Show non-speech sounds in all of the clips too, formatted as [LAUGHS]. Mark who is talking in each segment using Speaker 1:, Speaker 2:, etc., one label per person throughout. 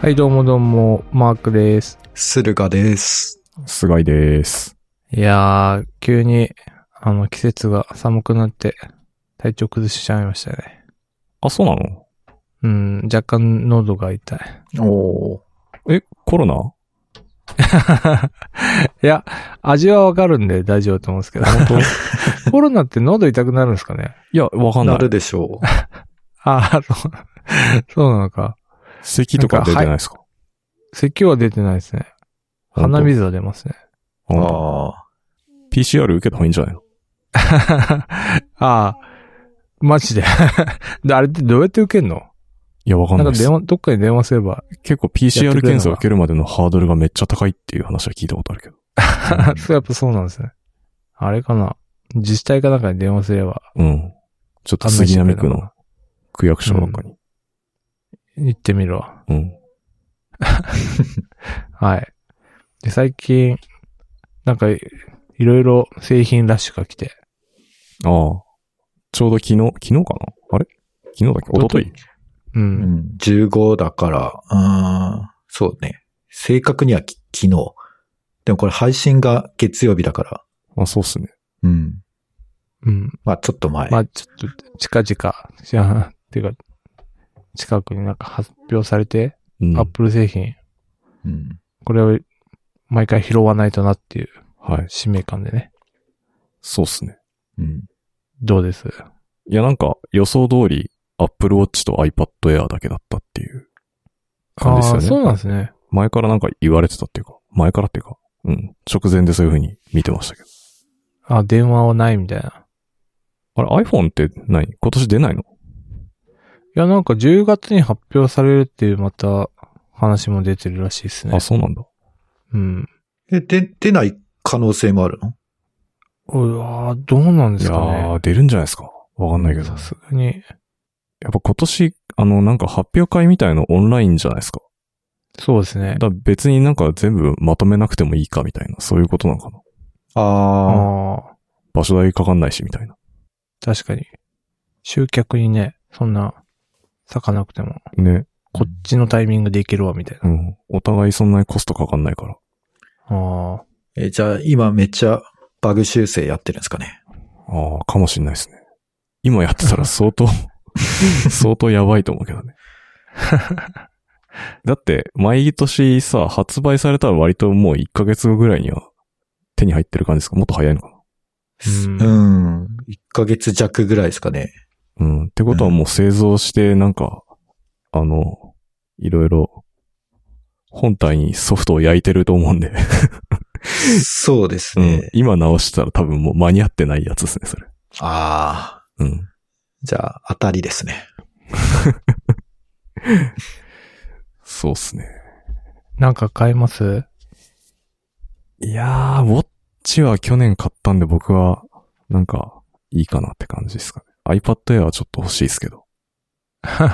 Speaker 1: はい、どうもどうも、マークです。
Speaker 2: 駿河です。
Speaker 3: 菅井です。
Speaker 1: いやー、急に、あの、季節が寒くなって、体調崩しちゃいましたね。
Speaker 3: あ、そうなの
Speaker 1: うん、若干喉が痛い。
Speaker 2: おー。
Speaker 3: え、コロナ
Speaker 1: いや、味はわかるんで大丈夫だと思うんです
Speaker 3: [LAUGHS]
Speaker 1: けど。コロナって喉痛くなるんですかね
Speaker 3: いや、わかんな。
Speaker 2: ないるでしょ [LAUGHS] う。
Speaker 1: ああ、そう、そうなのか。
Speaker 3: 咳とか出てないですか
Speaker 1: 咳は出てないですね。鼻。水は出ますね。
Speaker 3: 本当うん
Speaker 2: ああ。
Speaker 3: PCR 受けた方がいいんじゃないの
Speaker 1: ああ、マジで。 [LAUGHS] であれってどうやって受けんの
Speaker 3: いや、わかん
Speaker 1: な
Speaker 3: なんい
Speaker 1: か
Speaker 3: です
Speaker 1: 電。話、どっかに電話すれば。
Speaker 3: 結構
Speaker 1: や
Speaker 3: PCR
Speaker 1: ってくれるのが
Speaker 3: 検査を受けるまでのハードルがめっちゃ高いっていう話は聞いたことあるけど。
Speaker 1: そう、やっぱそうなんですね。あれかな。自治体かなんかに電話すれば。
Speaker 3: うん。ちょっと杉並
Speaker 1: 試して
Speaker 3: 区
Speaker 1: くれるのか
Speaker 3: の区役所の中に。
Speaker 1: 行ってみるわ。
Speaker 3: うん。
Speaker 1: はい。で、最近、なんか、いいろいろ製品ラッシュが来て、
Speaker 3: ああ。ちょうど昨日、昨日かなあれ昨日だっけ一昨日
Speaker 1: う。
Speaker 2: うんん、15だから、あーそうね。正確にはき昨日。でもこれ配信が月曜日だから。
Speaker 3: あ、そうっすね。
Speaker 2: うん。
Speaker 1: うん。
Speaker 2: まあちょっと前。
Speaker 1: まあちょっと、近々、じゃあ、 [LAUGHS] っていうか、近くになんか発表されて、
Speaker 3: うん。
Speaker 1: アッ
Speaker 3: は
Speaker 1: プル製品、
Speaker 2: うん。
Speaker 1: これを毎回拾わないとなっていう
Speaker 3: い。
Speaker 1: 使命感でね。
Speaker 3: そうっすね。
Speaker 2: うん。
Speaker 1: どうです
Speaker 3: いや、なんか予想通り Apple Watch と iPad Air だけだったっていう感じですよ
Speaker 1: あー
Speaker 3: ね。
Speaker 1: そうなんですね。
Speaker 3: 前からなんか言われてたっていうか、前からっていうか、うん、直前でそういう風に見てましたけど。
Speaker 1: あ、電話はないみたいな。
Speaker 3: あれ iPhone って何今年出ないの
Speaker 1: いや、なんか10月に発表されるっていうまた話も出てるらしいですね
Speaker 3: あ、。そうなんだ。
Speaker 1: うん。
Speaker 2: え、で、出ない可能性もあるの
Speaker 1: うわーどうなんで
Speaker 3: い
Speaker 1: す
Speaker 3: や
Speaker 1: かね
Speaker 3: ー、。出るんじゃないですか。わかんないけど。や
Speaker 1: さ
Speaker 3: っ
Speaker 1: すがに。
Speaker 3: ぱ今年、あの、なんか発表会みたいのオンラインじゃないですか。
Speaker 1: そうですね
Speaker 3: だ。から別になんか全部まとめなくてもいいかみたいな、そういうことなのかな。
Speaker 1: あ
Speaker 2: ああ。
Speaker 1: あ
Speaker 3: 場所代かかんないしみたいな。
Speaker 1: ー、確かに。集客にね、そんな、咲かなくても、
Speaker 3: ね。
Speaker 1: こっちのタイミングでいけるわ、みたいな。
Speaker 3: うん。お互いそんなにコストかかんないから。
Speaker 1: あ
Speaker 2: え、じゃあ今めっちゃバグ修正やってるんですかね。
Speaker 3: ああ、かもしんないですね。今やってたら相 [LAUGHS] 当、相当やばいと思うけど [LAUGHS] ね。だって、毎年さ、発売されたら割ともう1ヶ月後ぐらいには手に入ってる感じですかもっと早いのか
Speaker 1: うん
Speaker 2: うん。1ヶ月弱ぐらいですかね。
Speaker 3: なうん。ってことはもう製造して、なんか、あの、いろいろ、本体にソフトを焼いてると思うんで、
Speaker 2: そうです
Speaker 3: う
Speaker 2: ね。
Speaker 3: ん。今直したら多分もう間に合ってないやつですね、それ。
Speaker 2: ああ。
Speaker 3: うん。
Speaker 2: じゃあ当たりですね。
Speaker 3: そうっすね。
Speaker 1: ーなんか買えます [LAUGHS]
Speaker 3: いやー、ウォッチは去年買ったんで僕は、なんか、いいかなって感じですかね。iPad Air はちょっと欲しいですけど。
Speaker 1: や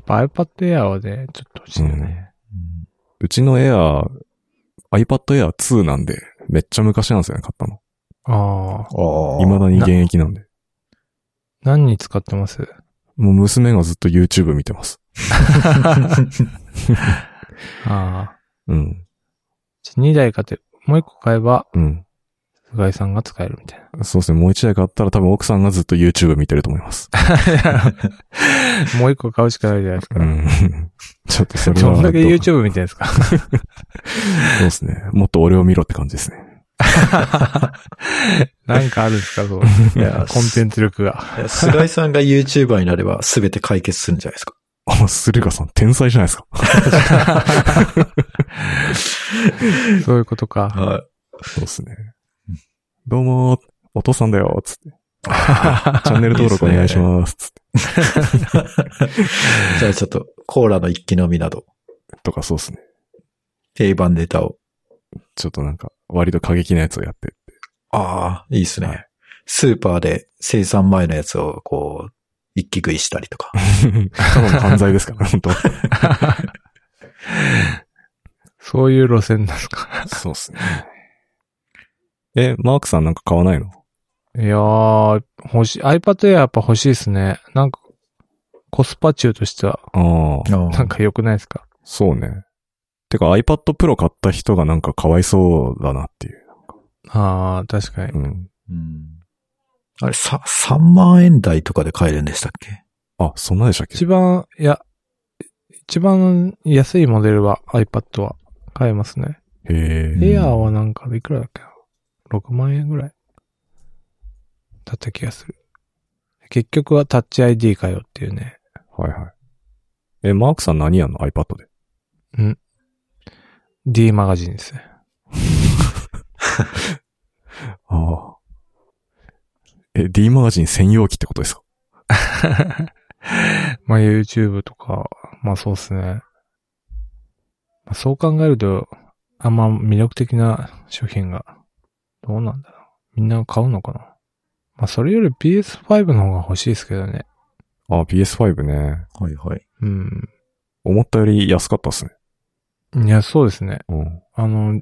Speaker 1: っぱ iPad Air はね、ちょっと欲しいよね。
Speaker 3: うちの Air、iPad Air 2なんで、めっちゃ昔なんですよね、買ったの。
Speaker 1: ああ、
Speaker 2: ああ。
Speaker 3: 未だに現役なんで。
Speaker 1: 何に使ってます
Speaker 3: もう娘がずっと YouTube 見てます。
Speaker 1: ああ。
Speaker 3: うん。
Speaker 1: じゃ2台買って、もう1個買えば、
Speaker 3: うん。
Speaker 1: 菅井さんが使えるみたいな。
Speaker 3: そうですね、もう一台買ったら多分奥さんがずっと YouTube 見てると
Speaker 1: [LAUGHS]
Speaker 3: 思います。
Speaker 1: もう一個買うしかないじゃないですか。
Speaker 3: うん。ちょっ
Speaker 1: [LAUGHS]
Speaker 3: とそれは。
Speaker 1: どんだけ YouTube 見てるんですか
Speaker 3: そうですね。もっと俺を見ろって感じですね。
Speaker 1: なんかあるんですかそう。
Speaker 2: いや
Speaker 1: コンテンツ力が。
Speaker 2: いや [LAUGHS] 菅井さんが YouTuber になれば全て解決するんじゃないですか。
Speaker 3: あ、スルガさん天才じゃないですか。
Speaker 1: そういうことか。
Speaker 2: は
Speaker 3: そうですね。どうもー、お父さんだよ、 [LAUGHS] つって。チャンネル登録お願いします、つって。
Speaker 2: い。じゃあちょっと、コーラの一気飲みなど、
Speaker 3: とかそうですね。
Speaker 2: 定番ネタを。
Speaker 3: ちょっとなんか、割と過激なやつをやって。
Speaker 2: ああ、いいですね。
Speaker 3: はい
Speaker 2: スーパーで生産前のやつを、こう、一気食いしたりとか。
Speaker 3: ただの犯罪です [LAUGHS] から、本当
Speaker 1: そういう路線なんですか。
Speaker 3: そうですね。え、マークさんなんか買わないの
Speaker 1: いやー、欲しい。iPad Air やっぱ欲しいですね。なんか、コスパ中としては、
Speaker 3: ああ。
Speaker 2: [LAUGHS] な
Speaker 1: なんか良くないですか
Speaker 3: そうね。てか iPad Pro 買った人がなんかかわいそうだなっていう。
Speaker 1: ああ、確かに
Speaker 3: う。ん。
Speaker 2: うん。あれ、さ、3万円台とかで買えるんでしたっけ
Speaker 3: あ、そんなでしたっけ
Speaker 1: 一番、いや、一番安いモデルは iPad は買えますね。
Speaker 3: へ
Speaker 2: うん
Speaker 3: え。
Speaker 1: エアーはなんかでいくらだっけな ?6 万円ぐらいだった気がする。結局はタッチ ID かよっていうね。
Speaker 3: はいはい。え、マークさん何やんの ?iPad で。
Speaker 1: D マガジンです
Speaker 2: [LAUGHS]
Speaker 1: ね。
Speaker 3: ああ。え、D マガジン専用機ってことですか
Speaker 1: まあ YouTube とか、まあそうですね。まあ、そう考えると、あんま魅力的な商品が、どうなんだろう。みんな買うのかなまあそれより PS5 の方が欲しいですけどね。
Speaker 3: あ、PS5 ね。
Speaker 2: はいはい。
Speaker 1: うん。
Speaker 3: 思ったより安かったっすね。
Speaker 1: いや、そうですね。
Speaker 3: う
Speaker 1: あの、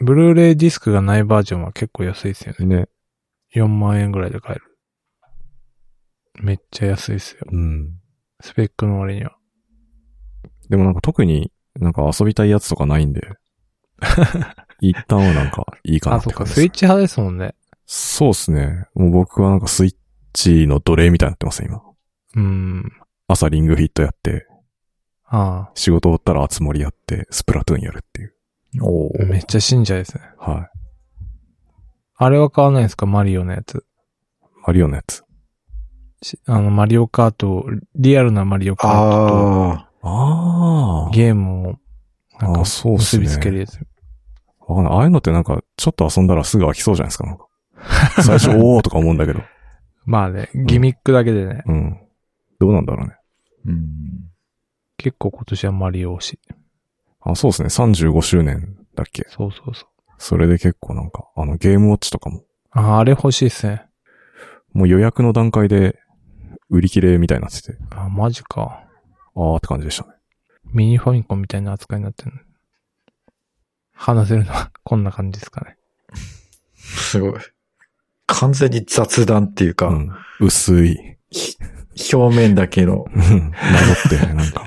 Speaker 1: ブルーレイディスクがないバージョンは結構安いですよね。
Speaker 3: ん。ね。
Speaker 1: 4万円ぐらいで買える。めっちゃ安いですよ。
Speaker 3: うん。
Speaker 1: スペックの割には。
Speaker 3: でもなんか特になんか遊びたいやつとかない
Speaker 1: [LAUGHS]
Speaker 3: んで。一旦はなんかいいかな
Speaker 1: あ、
Speaker 3: っ
Speaker 1: そ
Speaker 3: て
Speaker 1: うか。
Speaker 3: 感じ
Speaker 1: ス
Speaker 3: で
Speaker 1: イッ
Speaker 3: す
Speaker 1: チ派ですもんね。
Speaker 3: そうっすね。もう僕はなんかスイッチの奴隷みたいになってますね、今。
Speaker 1: うん。
Speaker 3: 朝リングフィットやって、
Speaker 1: あ
Speaker 3: 仕事終わったら熱盛やって、スプラトゥーンやるっていう。
Speaker 2: お
Speaker 1: あ。めっちゃ信者ですね。
Speaker 3: は
Speaker 1: あれは買わないんですかマリオのやつ。
Speaker 3: い。マリオのやつ。
Speaker 1: しあの、マリオカート、リアルなマリオカート
Speaker 2: ああ。
Speaker 3: あ
Speaker 1: と、ゲームを、なんか
Speaker 3: あ、、そうっ
Speaker 1: 結
Speaker 3: すね。
Speaker 1: びつけるやつ。
Speaker 3: わかんない。ああいうのってなんか、ちょっと遊んだらすぐ飽きそうじゃないですか、なんか。最初、おーとか思うんだ
Speaker 1: [LAUGHS]
Speaker 3: けど。
Speaker 1: まあね、ギミックだけでね、
Speaker 3: うん。どうなんだろうね。
Speaker 2: うん。
Speaker 1: 結構今年はマリオ推し。
Speaker 3: あ、そうですね。35周年だっけ。
Speaker 1: そうそうそう。
Speaker 3: それで結構なんか、あの、ゲームウォッチとかも、
Speaker 1: ああ、あれ欲しいですね。
Speaker 3: もう予約の段階で、売り切れみたいになってて、
Speaker 1: あ、マジか。
Speaker 3: あーって感じでしたね。
Speaker 1: ミニファミコンみたいな扱いになってるの話せるのは [LAUGHS] こんな感じですかね。
Speaker 2: すごい。完全に雑談っていうか、
Speaker 3: うん。薄い。
Speaker 2: 表面だけの。
Speaker 3: うんなぞって、なん
Speaker 1: [LAUGHS]
Speaker 3: か、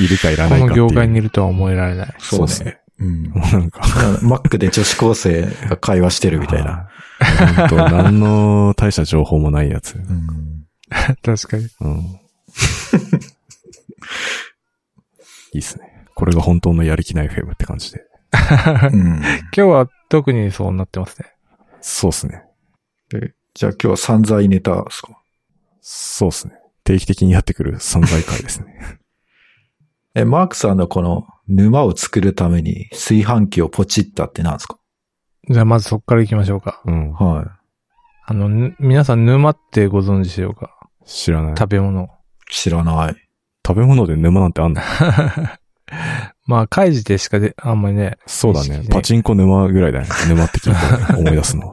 Speaker 3: いるかいら
Speaker 1: こ
Speaker 3: ないかってい
Speaker 1: の業
Speaker 3: う。
Speaker 1: 界にいるとは思えられない。
Speaker 3: そうですね。
Speaker 2: うん。
Speaker 3: もうなんか、
Speaker 2: [LAUGHS] マックで女子高生が会話してるみたいな。
Speaker 3: はい。本当何の大した情報もないやつ。
Speaker 2: うん。
Speaker 1: [LAUGHS] 確かに。
Speaker 3: うん。いいっすね。これが本当のやる気ない FM って感じで。
Speaker 2: うん
Speaker 1: 今日は特にそうなってますね。
Speaker 3: そうっすね。
Speaker 2: でじゃあ今日は散財ネタですか
Speaker 3: そうっすね。定期的にやってくる散財会ですね。
Speaker 2: え、マークさんのこの沼を作るために炊飯器をポチったってなんですか
Speaker 1: じゃあまずそこから行きましょうか。
Speaker 3: [LAUGHS] うん。
Speaker 2: は
Speaker 1: あの、ぬ皆さん沼ってご存知でしょうか
Speaker 3: 知らない。
Speaker 1: 食べ物。
Speaker 2: い。知らない。
Speaker 3: 食べ物で沼なんてあんの
Speaker 1: まあ、開示でしかで、あんまりね、
Speaker 3: そうだね
Speaker 1: ね。
Speaker 3: パチンコ沼ぐらいだね。沼って聞いて思い出す [LAUGHS] のは。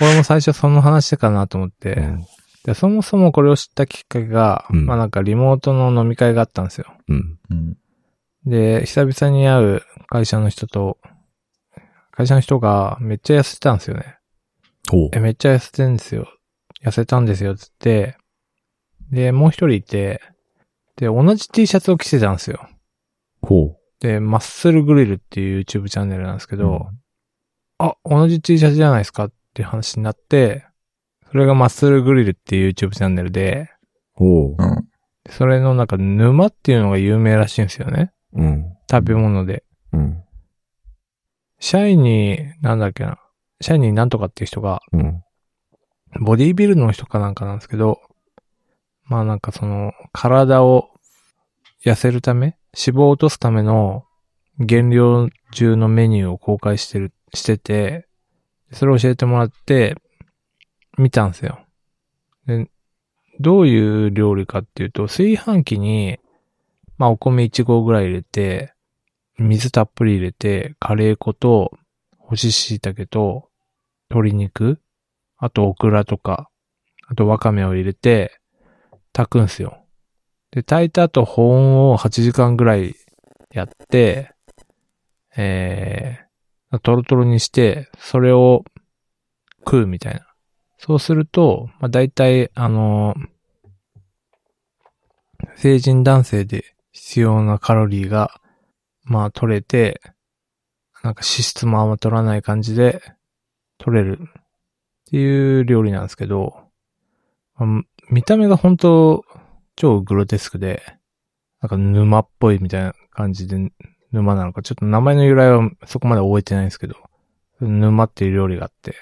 Speaker 1: 俺も最初その話かなと思って、
Speaker 3: うん
Speaker 1: でそもそもこれを知ったきっかけが、
Speaker 3: うん
Speaker 1: まあなんかリモートの飲み会があったんですよ。
Speaker 3: うん。
Speaker 2: うん。
Speaker 1: で、久々に会う会社の人と、会社の人がめっちゃ痩せてたんですよね。
Speaker 3: ほう
Speaker 1: え、。めっちゃ痩せてんですよ。痩せたんですよ、つって。で、もう一人いて、で、同じ T シャツを着てたんですよ。
Speaker 3: ほ
Speaker 1: で、マッスルグリルっていう YouTube チャンネルなんですけど、
Speaker 2: うん
Speaker 1: あ、同じ T シャツじゃないですかっていう話になって、それがマッスルグリルっていう YouTube チャンネルで、
Speaker 3: う。ほ
Speaker 2: うん。
Speaker 1: それのなんか沼っていうのが有名らしいんですよね。
Speaker 3: う。うん。
Speaker 1: 食べ物で。
Speaker 3: うん。
Speaker 1: シャイニー、なんだっけな。シャイニーなんとかっていう人が、
Speaker 3: うん。
Speaker 1: ボディービルの人かなんかなんですけど、まあなんかその、体を痩せるため、脂肪を落とすための減量中のメニューを公開してる、してて、それを教えてもらって、見たんですよ。で、どういう料理かっていうと、炊飯器に、まあお米1合ぐらい入れて、水たっぷり入れて、カレー粉と、干し椎茸と、鶏肉あと、オクラとか、あと、ワカメを入れて、炊くんすよ。で、炊いた後、保温を8時間ぐらいやって、えー、トロトロにして、それを食うみたいな。そうすると、まあ、大体、あのー成人男性で必要なカロリーが、まあ取れて、なんか脂質もあんま取らない感じで取れるっていう料理なんですけど、まあ見た目が本当超グロテスクで、なんか沼っぽいみたいな感じで沼なのか、ちょっと名前の由来はそこまで覚えてないんですけど、沼っていう料理があって、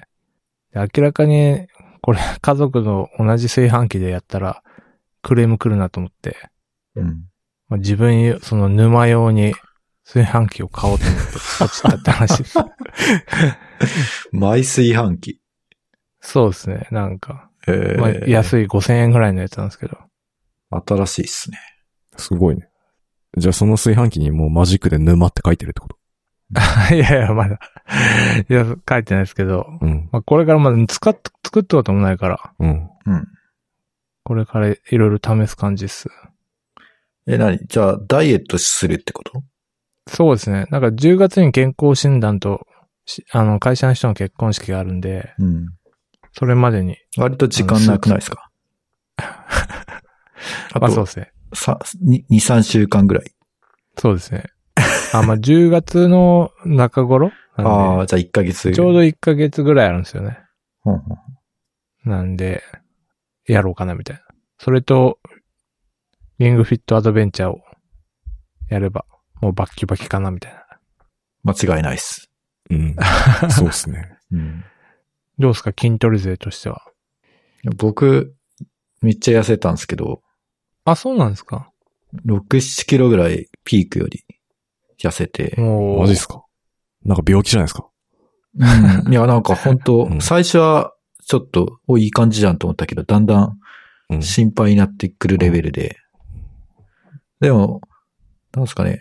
Speaker 1: で明らかにこれ家族の同じ炊飯器でやったらクレーム来るなと思って、
Speaker 2: うん。
Speaker 1: まあ、自分、その沼用に炊飯器を買おうと思って落ちたって話
Speaker 2: [LAUGHS]
Speaker 1: です。
Speaker 2: マイ炊飯器。
Speaker 1: そうですね、なんか。
Speaker 2: え
Speaker 1: まあ、
Speaker 2: ー、
Speaker 1: 安い5000円ぐらいのやつなんですけど。
Speaker 2: 新しいっすね。
Speaker 3: すごいね。じゃあその炊飯器にもうマジックで沼って書いてるってこと
Speaker 1: [LAUGHS] いやいや、まだ。いや、書いてないですけど。
Speaker 3: うん。
Speaker 1: まあ、これからまだ使っ、作ったこともないから、
Speaker 3: うん。
Speaker 2: うん。
Speaker 1: これからいろいろ試す感じです。
Speaker 2: え、なにじゃあ、ダイエットするってこと
Speaker 1: そうですね。なんか10月に健康診断とし、あの、会社の人の結婚式があるんで、
Speaker 2: うん。
Speaker 1: それまでに。
Speaker 2: 割と時間なくないですかあ
Speaker 1: [LAUGHS] まあ、そう
Speaker 2: と、
Speaker 1: ですね。
Speaker 2: さ2、3週間ぐらい。
Speaker 1: そうですね。あ、まあ、10月の中頃なんで
Speaker 2: ああ、じゃあ1ヶ月。
Speaker 1: ちょうど1ヶ月ぐらいあるんですよね。
Speaker 2: うんうん
Speaker 1: なんで、やろうかなみたいな。それと、リングフィットアドベンチャーをやれば、もうバッキバキかなみたいな。
Speaker 2: 間違いないっす。
Speaker 3: [LAUGHS] うん。そうっすね。
Speaker 2: うん。
Speaker 1: どうすか筋トレ勢としては。
Speaker 2: 僕、めっちゃ痩せたんですけど、
Speaker 1: あ、そうなんですか
Speaker 2: 6、7キロぐらいピークより痩せて、
Speaker 1: もう。
Speaker 3: マジっすかなんか病気じゃないですか
Speaker 2: い
Speaker 3: [LAUGHS]
Speaker 2: や、なんか本当、
Speaker 3: うん
Speaker 2: 最初はちょっと、お、いい感じじゃんと思ったけど、だんだん
Speaker 3: うん。
Speaker 2: 心配になってくるレベルで。でも、なんですかね。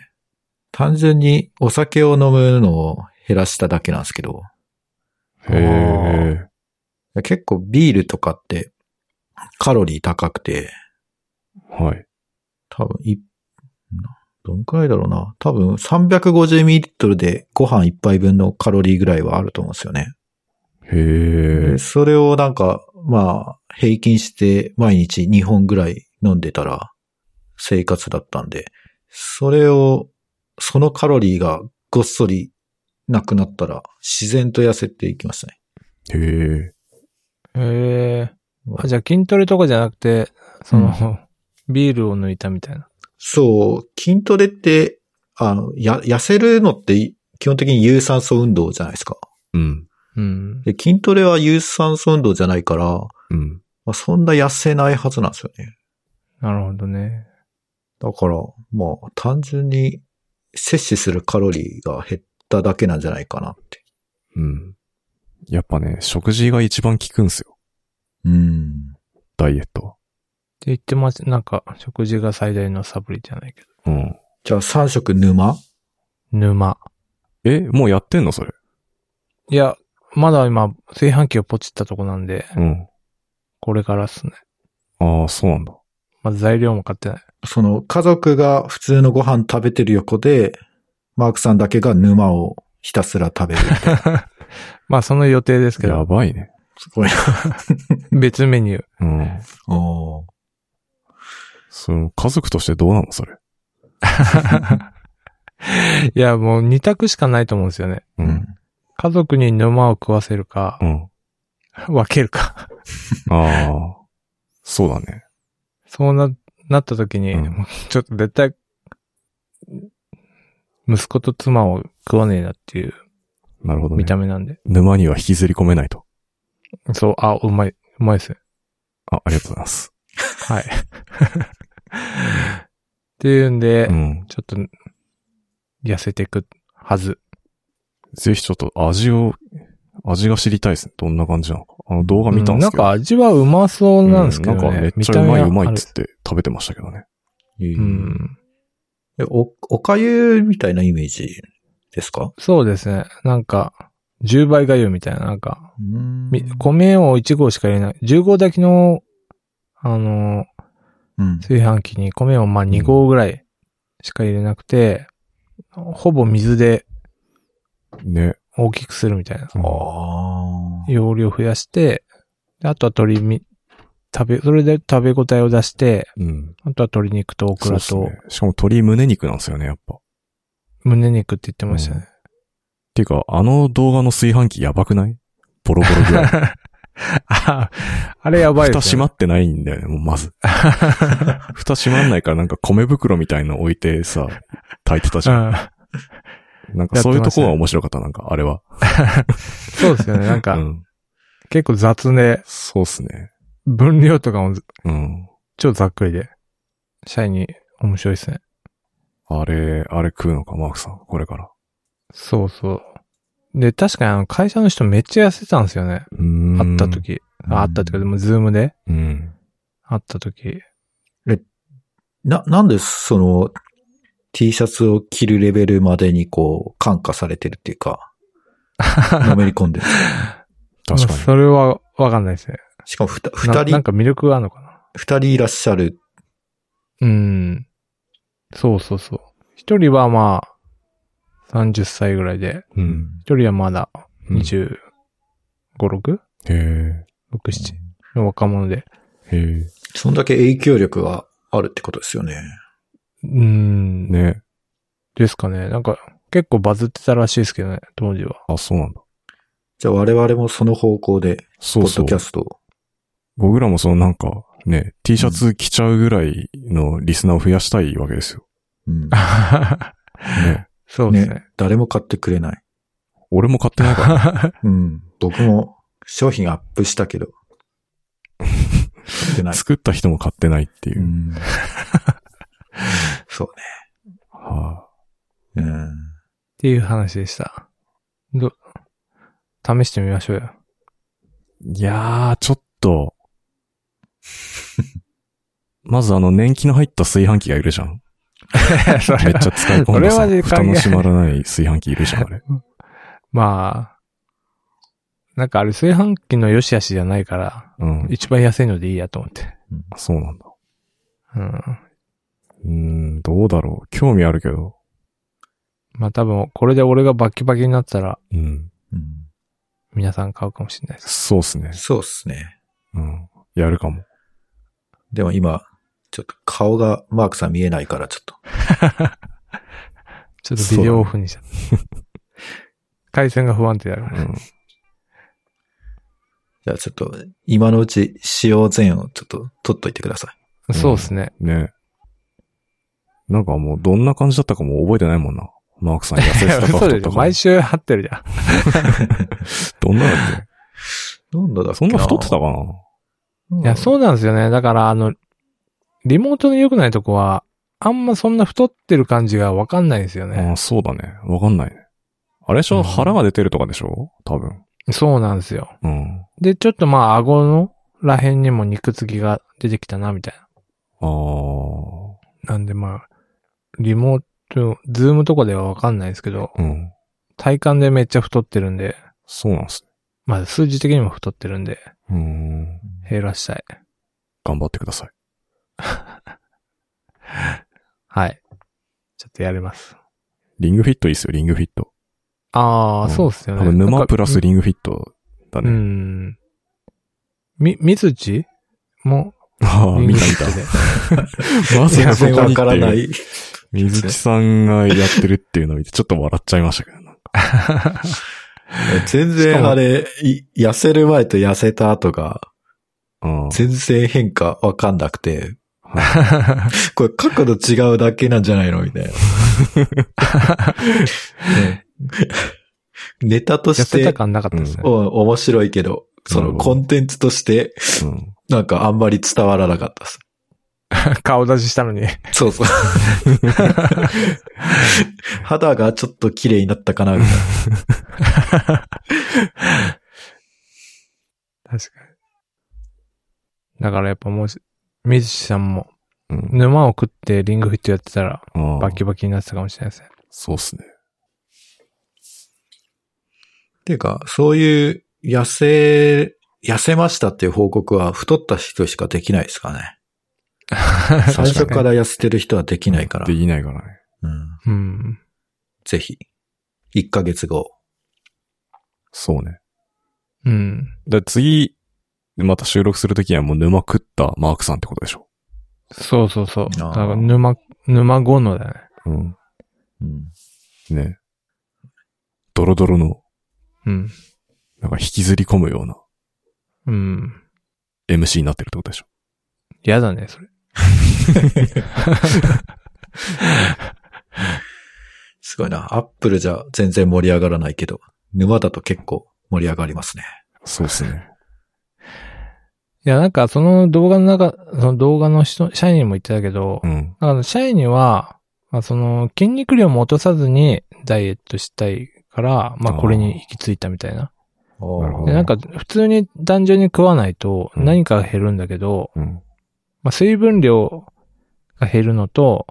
Speaker 2: 単純にお酒を飲むのを減らしただけなんですけど、
Speaker 3: へえ。
Speaker 2: 結構ビールとかってカロリー高くて、
Speaker 3: はい。
Speaker 2: 多分い、などんくらいだろうな。多分 350ml でご飯一杯分のカロリーぐらいはあると思うんですよね。
Speaker 3: へえ
Speaker 2: で。それをなんか、まあ、平均して毎日2本ぐらい飲んでたら生活だったんで、それを、そのカロリーがごっそりなくなったら自然と痩せていきましたね。
Speaker 3: へ
Speaker 1: へ
Speaker 3: え。
Speaker 1: え。あ、じゃあ筋トレとかじゃなくて、その、ビールを抜いたみたいな。
Speaker 2: そう、筋トレって、あの、や、痩せるのって基本的に有酸素運動じゃないですか。
Speaker 3: うん。
Speaker 1: うん。
Speaker 2: で、筋トレは有酸素運動じゃないから、ま
Speaker 3: うん。
Speaker 2: あ、そんな痩せないはずなんですよね。
Speaker 1: なるほどね。
Speaker 2: だから、まあ、単純に摂取するカロリーが減っただけなんじゃないかなって。
Speaker 3: うん。やっぱね、食事が一番効くんすよ。
Speaker 2: うん。
Speaker 3: ダイエットは。
Speaker 1: って言ってます。なんか、食事が最大のサブリじゃないけど。
Speaker 3: うん。
Speaker 2: じゃあ3食沼
Speaker 1: 沼。
Speaker 3: え、もうやってんのそれ。
Speaker 1: いや、まだ今、炊飯器をポチったとこなんで、
Speaker 3: うん。
Speaker 1: これからっすね。
Speaker 3: ああ、そうなんだ。
Speaker 1: まず材料も買ってない。
Speaker 2: その家族が普通のご飯食べてる横で、マークさんだけが沼をひたすら食べる。 [LAUGHS]
Speaker 1: まあ、その予定ですけ
Speaker 3: や
Speaker 1: ど、
Speaker 3: ばいね。
Speaker 2: すごいな。
Speaker 1: 別メニュー。
Speaker 3: うん。
Speaker 2: おー
Speaker 3: その家族としてどうなのそれ。
Speaker 1: いや、もう二択しかないと思うんですよね。
Speaker 3: う。
Speaker 2: うんん。
Speaker 1: 家族に沼を食わせるか
Speaker 3: う、ん。
Speaker 1: [LAUGHS] 分けるか。
Speaker 3: ああ。そうだね。
Speaker 1: そうな、なった時に、
Speaker 3: うん
Speaker 1: もうちょっと絶対、息子と妻を食わねえなっていう
Speaker 3: なるほどね
Speaker 1: 見。た目なんで。
Speaker 3: 沼には引きずり込めないと。
Speaker 1: そう、あ、うまい、うまいですね。
Speaker 3: あ、ありがとうございます。
Speaker 1: [LAUGHS] はい。っていうんで、
Speaker 3: うん。
Speaker 1: ちょっと、痩せていくはず。
Speaker 3: ぜひちょっと味を、味が知りたいですね。どんな感じなのか。あの動画見たん
Speaker 1: う
Speaker 3: で
Speaker 1: なん
Speaker 3: すけど。
Speaker 1: か味はうまそうなんですけどね。
Speaker 3: うなんかめっちゃうまいうまいっつって食べてましたけどね。
Speaker 1: 見た目はあれうん。
Speaker 2: えお、おかゆみたいなイメージですか
Speaker 1: そうですね。なんか、10倍がゆみたいな、なんか、
Speaker 2: うん
Speaker 1: み米を1合しか入れない。10合炊きの、あの、
Speaker 2: うん。
Speaker 1: 炊飯器に米をまあ2合ぐらいしか入れなくて、ほぼ水で
Speaker 3: ね。
Speaker 1: 大きくするみたいな。
Speaker 3: うん
Speaker 2: ああ。
Speaker 1: 容量増やして、であとは鶏み、食べ、それで食べ応えを出して、
Speaker 3: うん。
Speaker 1: あとは鶏肉とオク
Speaker 3: そう
Speaker 1: ラ
Speaker 3: です
Speaker 1: と
Speaker 3: ね。しかも鶏胸肉なんですよね、やっぱ。っ
Speaker 1: 胸肉って言ってましたね。
Speaker 3: ていうか、あの動画の炊飯器やばくないボロボロぐらい。
Speaker 1: [LAUGHS] ああれやばい
Speaker 3: 蓋
Speaker 1: です
Speaker 3: 閉
Speaker 1: ね
Speaker 3: ま。ってないんだよね、もう
Speaker 1: [LAUGHS]
Speaker 3: まず。蓋閉まんないからなんか米袋みたいの置いてさ、炊いてたじゃん。
Speaker 1: うん。
Speaker 3: なんかそういうとこが面白かった、なんかあれは。
Speaker 1: そうですよね。なん
Speaker 3: う
Speaker 1: か、
Speaker 3: ん。
Speaker 1: 結構雑で、
Speaker 3: そうっすね。
Speaker 1: 分量とかも
Speaker 3: うん。
Speaker 1: 超ざっくりで、シャイに面白いですね。
Speaker 3: あれ、あれ食うのか、マークさん、これから。
Speaker 1: そうそう。で、確かにあの会社の人めっちゃ痩せたんですよね。
Speaker 3: うーん
Speaker 1: 会った。時。
Speaker 3: うん
Speaker 1: あ会った時、でもズームで
Speaker 3: うん。
Speaker 1: 会った時。
Speaker 2: な、なんでその T シャツを着るレベルまでにこう感化されてるっていうか、のめり込んでる。
Speaker 3: 確
Speaker 1: ま
Speaker 3: か
Speaker 1: あ
Speaker 3: に。
Speaker 1: それはわかんないですね。
Speaker 2: しかもふた
Speaker 1: な
Speaker 2: 二
Speaker 1: なん
Speaker 2: 人、
Speaker 1: か魅力があるのかな。
Speaker 2: 二人いらっしゃる。
Speaker 1: うん。そうそうそう。一人はまあ、30歳ぐらいで、
Speaker 3: うん。
Speaker 1: 一人はまだ
Speaker 3: うんへ
Speaker 1: 25、6?6、
Speaker 3: え。
Speaker 1: 7の若者で。
Speaker 3: へえ。
Speaker 2: そんだけ影響力があるってことですよね。
Speaker 1: うん。
Speaker 3: ね
Speaker 1: ですかね。なんか、結構バズってたらしいですけどね、当時は。
Speaker 3: あ、そうなんだ。
Speaker 2: じゃあ我々もその方向で、
Speaker 3: そ
Speaker 2: ポ
Speaker 3: う
Speaker 2: ッ
Speaker 3: そ
Speaker 2: ド
Speaker 3: う
Speaker 2: キ。ャストを。
Speaker 3: 僕らもそのなんか、ね、T シャツ着ちゃうぐらいのリスナーを増やしたいわけですよ。
Speaker 2: うん、
Speaker 3: ね。
Speaker 1: そうですね。
Speaker 2: 誰も買ってくれない。
Speaker 3: 俺も買ってないから。
Speaker 2: うん、僕も商品アップしたけど、買って
Speaker 3: [LAUGHS]
Speaker 2: ない。
Speaker 3: 作った人も買ってないっていうう。
Speaker 2: ん、そう
Speaker 3: は
Speaker 2: ね。うん
Speaker 1: っていう話でした。ど、試してみましょうよ。
Speaker 3: い。いやー、ちょっと。 [LAUGHS] まずあの、年季の入った炊飯器がいるじゃん。
Speaker 1: [LAUGHS] そ
Speaker 3: めっ
Speaker 1: れ
Speaker 3: ちゃ使い込んでさ、
Speaker 1: それはね
Speaker 3: 蓋の閉まらない炊飯器いるじゃん、あれ。
Speaker 1: まあ、なんかあれ炊飯器の良し悪しじゃないから、
Speaker 3: うん。
Speaker 1: 一番安いのでいいやと思って。
Speaker 3: そうなんだ。
Speaker 1: うん。
Speaker 3: うーん、どうだろう。興味あるけど。
Speaker 1: まあ多分、これで俺がバッキバキになったら、
Speaker 3: うん。
Speaker 2: うん、
Speaker 1: 皆さん買うかもしれないです。
Speaker 3: そうっすね。
Speaker 2: そうっすね。
Speaker 3: うん。やるかも。
Speaker 2: でも今、ちょっと顔がマークさん見えないからちょっと。
Speaker 1: ちょっとビデオオフにしちゃった。 [LAUGHS] 回線が不安定だか
Speaker 3: う
Speaker 1: ら。
Speaker 3: ん。
Speaker 2: じゃあちょっと、今のうち使用前をちょっと取っといてください。
Speaker 3: ん
Speaker 1: そうですね。
Speaker 3: ね。なんかもう、どんな感じだったかもう覚えてないもんな。マークさん痩せ
Speaker 1: い
Speaker 3: て
Speaker 1: や [LAUGHS]
Speaker 3: たか
Speaker 1: 嘘
Speaker 3: 太っ
Speaker 1: でしょ。
Speaker 3: たか
Speaker 1: 毎。週貼ってるじゃん。
Speaker 3: どんなだっけ
Speaker 2: なんだだっけ
Speaker 3: そんな太ってた
Speaker 1: [LAUGHS]
Speaker 2: い
Speaker 3: かな
Speaker 1: いうや、
Speaker 2: ん
Speaker 1: そうなんですよね。だから、あの、リモートの良くないとこは、あんまそんな太ってる感じがわかんないんですよね。
Speaker 3: ああ、そうだね。わかんないね。あれでしょ、
Speaker 1: うん
Speaker 3: 腹が出てるとかでしょ多分。
Speaker 1: そうなんですよ。
Speaker 3: うん。
Speaker 1: で、ちょっとまあ、顎のら辺にも肉付きが出てきたな、みたい
Speaker 3: ああ。
Speaker 1: な。なんでまあ、リモート、ズームとかではわかんないですけど、
Speaker 3: うん。
Speaker 1: 体感でめっちゃ太ってるんで、
Speaker 3: そうなんす
Speaker 1: まあ、数字的にも太ってるんで、
Speaker 3: ね。うーん。
Speaker 1: 減らしたい。
Speaker 3: 頑張ってください。
Speaker 1: はい。ちょっとやります。
Speaker 3: リングフィットいいっすよ、リングフィット。
Speaker 1: ああ、
Speaker 3: うん
Speaker 1: そうっすよ
Speaker 3: 多
Speaker 1: ね。
Speaker 3: 分
Speaker 1: なん
Speaker 3: 沼
Speaker 1: か
Speaker 3: プラスリングフィットだ
Speaker 1: う
Speaker 3: ね。
Speaker 1: ん。み、みずちも、
Speaker 3: [LAUGHS] ああ、見た見た。
Speaker 1: [LAUGHS]
Speaker 3: まず
Speaker 2: 全
Speaker 3: そ
Speaker 2: 然
Speaker 3: こ
Speaker 2: わ
Speaker 3: にって。。
Speaker 2: からないいう
Speaker 3: 水木さんがやってるっていうのを見て、ちょっと笑っちゃいましたけど、なんか。
Speaker 2: 全然あれ、い痩せる前と痩せた後が、
Speaker 3: うん。
Speaker 2: 全然変化わかんなく
Speaker 1: [LAUGHS]
Speaker 2: て、
Speaker 1: で。
Speaker 2: これ角度違うだけなんじゃないのみ
Speaker 1: [LAUGHS]
Speaker 2: たいな。ねネタと
Speaker 1: 痩
Speaker 2: し
Speaker 1: せた
Speaker 2: て、
Speaker 1: 感なかったですね。
Speaker 2: お面白いけど、そ
Speaker 3: なる
Speaker 2: の
Speaker 3: ほど
Speaker 2: コンテンツとして、
Speaker 3: うん
Speaker 2: なんかあんまり伝わらなかったです。
Speaker 1: 顔出ししたのに。
Speaker 2: そうそう。 [LAUGHS] 肌がちょっと綺麗になったかな、みたいな。
Speaker 1: 確かに。だからやっぱもし、水木さんも
Speaker 3: うん。
Speaker 1: 沼を食ってリングフィットやってたら
Speaker 3: ああ
Speaker 1: バキバキになってたかもしれないで
Speaker 2: [LAUGHS]
Speaker 1: すね。。
Speaker 3: そうっすね。
Speaker 2: っていうか、そういう痩せ、痩せましたっていう報告は太った人しかできないですかね。最初からら痩せてる人はできないから。
Speaker 3: できないからね。
Speaker 2: うん、
Speaker 1: うん。
Speaker 2: ぜひ、1ヶ月後。
Speaker 3: そうね。
Speaker 1: うん。
Speaker 3: で、次、でまた収録するときにはもう沼食ったマークさんってことでしょ。
Speaker 1: そうそうそう。
Speaker 2: あー
Speaker 1: だから沼、沼5のだね。
Speaker 3: うん。
Speaker 2: うん。
Speaker 3: ね。ドロドロの、
Speaker 1: うん。
Speaker 3: なんか引きずり込むような
Speaker 1: うん。
Speaker 3: MC になってるってことでしょ。
Speaker 1: 嫌だね、それ。
Speaker 2: すごいな。アップルじゃ全然盛り上がらないけど、沼だと結構盛り上がりますね。
Speaker 3: そうで
Speaker 1: [LAUGHS]
Speaker 3: すね。
Speaker 1: いや、なんかその動画の中、その動画の人、社員にも言ってたけど、
Speaker 3: うん。
Speaker 1: なんか社員には、まあ、その筋肉量も落とさずにダイエットしたいから、まあ
Speaker 3: あー
Speaker 1: これに行き着いたみたいな。
Speaker 3: なるほど
Speaker 1: で、なんか普通に単純に食わないと
Speaker 3: うん
Speaker 1: 何かが減るんだけど、
Speaker 3: うん。
Speaker 1: まあ水分量が減るのと、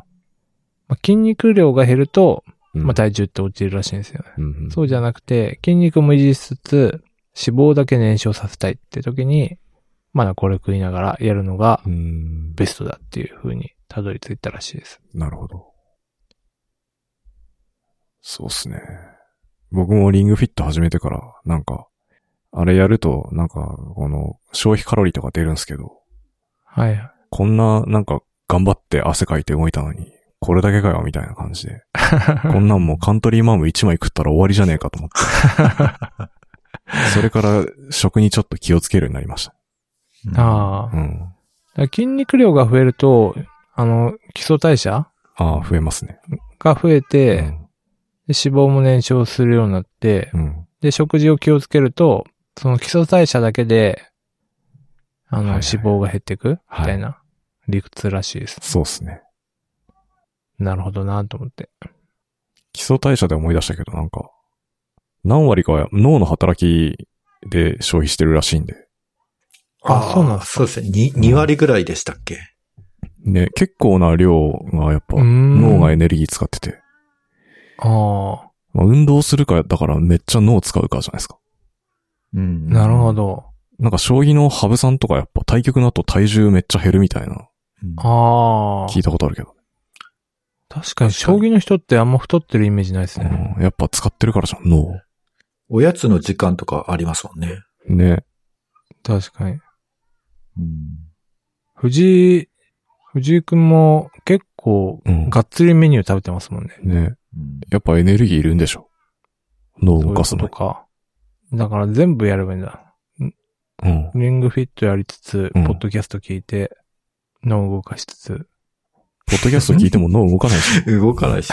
Speaker 1: まあ、筋肉量が減ると、
Speaker 3: うん
Speaker 1: まあ、体重って落ちるらしいんですよね。
Speaker 3: うん。
Speaker 1: そうじゃなくて、筋肉も維持しつつ、脂肪だけ燃焼させたいって時に、まだこれ食いながらやるのが
Speaker 3: うん。
Speaker 1: ベストだっていう風にたどり着いたらしいです。
Speaker 3: なるほど。そうっすね。僕もリングフィット始めてから、なんか、あれやると、なんか、この、消費カロリーとか出るんすけど、
Speaker 1: はいはい。
Speaker 3: こんな、なんか、頑張って汗かいて動いたのに、これだけかよ、みたいな感
Speaker 1: [LAUGHS]
Speaker 3: じで。こんなんもうカントリーマーム1枚食ったら終わりじゃねえか
Speaker 1: [LAUGHS]
Speaker 3: と思って。それから、食にちょっと気をつけるようになりました。
Speaker 2: うん
Speaker 1: ああ
Speaker 3: う。ん。
Speaker 1: だから筋肉量が増えると、あの、基礎代謝
Speaker 3: ああ、増えますね。
Speaker 1: が増えて、
Speaker 3: う
Speaker 1: で
Speaker 3: ん
Speaker 1: 脂肪も燃焼するようになって、
Speaker 3: うん。
Speaker 1: で、食事を気をつけると、その基礎代謝だけで、あの、
Speaker 3: はいはい
Speaker 1: 脂肪が減っていくみ
Speaker 3: はい
Speaker 1: たいな理屈らしいです。
Speaker 3: そうっすね。
Speaker 1: なるほどなと思って。
Speaker 3: 基礎代謝で思い出したけど、なんか、何割かは脳の働きで消費してるらしいんで。
Speaker 1: あそうなんですか
Speaker 2: そうですね。に 2, 割ぐらいでしたっけ、
Speaker 3: ね、結構な量がやっぱ、脳がエネルギー使ってて。
Speaker 1: ああ、
Speaker 3: まあ、運動するか、だからめっちゃ脳使うかじゃないですか。
Speaker 2: うん
Speaker 1: なるほ。ど。
Speaker 3: なんか将棋の羽生さんとかやっぱ対局の後体重めっちゃ減るみたいな、
Speaker 2: うん
Speaker 1: ああ。
Speaker 3: 聞いたことあるけど。
Speaker 1: 確かに、将棋の人ってあんま太ってるイメージないですね。
Speaker 3: うん、やっぱ使ってるからじゃん、脳。
Speaker 2: おやつの時間とかありますもんね。
Speaker 3: ね。
Speaker 1: 確かに。
Speaker 2: うん、
Speaker 1: 藤井、藤井くんも結構、
Speaker 3: うん。
Speaker 1: がっつりメニュー食べてますもんね。
Speaker 3: ね。やっぱエネルギーいるんでしょ。脳を動かす
Speaker 1: そうい
Speaker 3: の
Speaker 1: うことか。だから全部やればいいんだ。
Speaker 3: うん。
Speaker 1: リングフィットやりつつ、
Speaker 3: うん
Speaker 1: ポッドキャスト聞いて、脳を動かしつつ。
Speaker 3: ポッドキャスト聞いても脳動かないし。 [LAUGHS]
Speaker 2: 動かないし。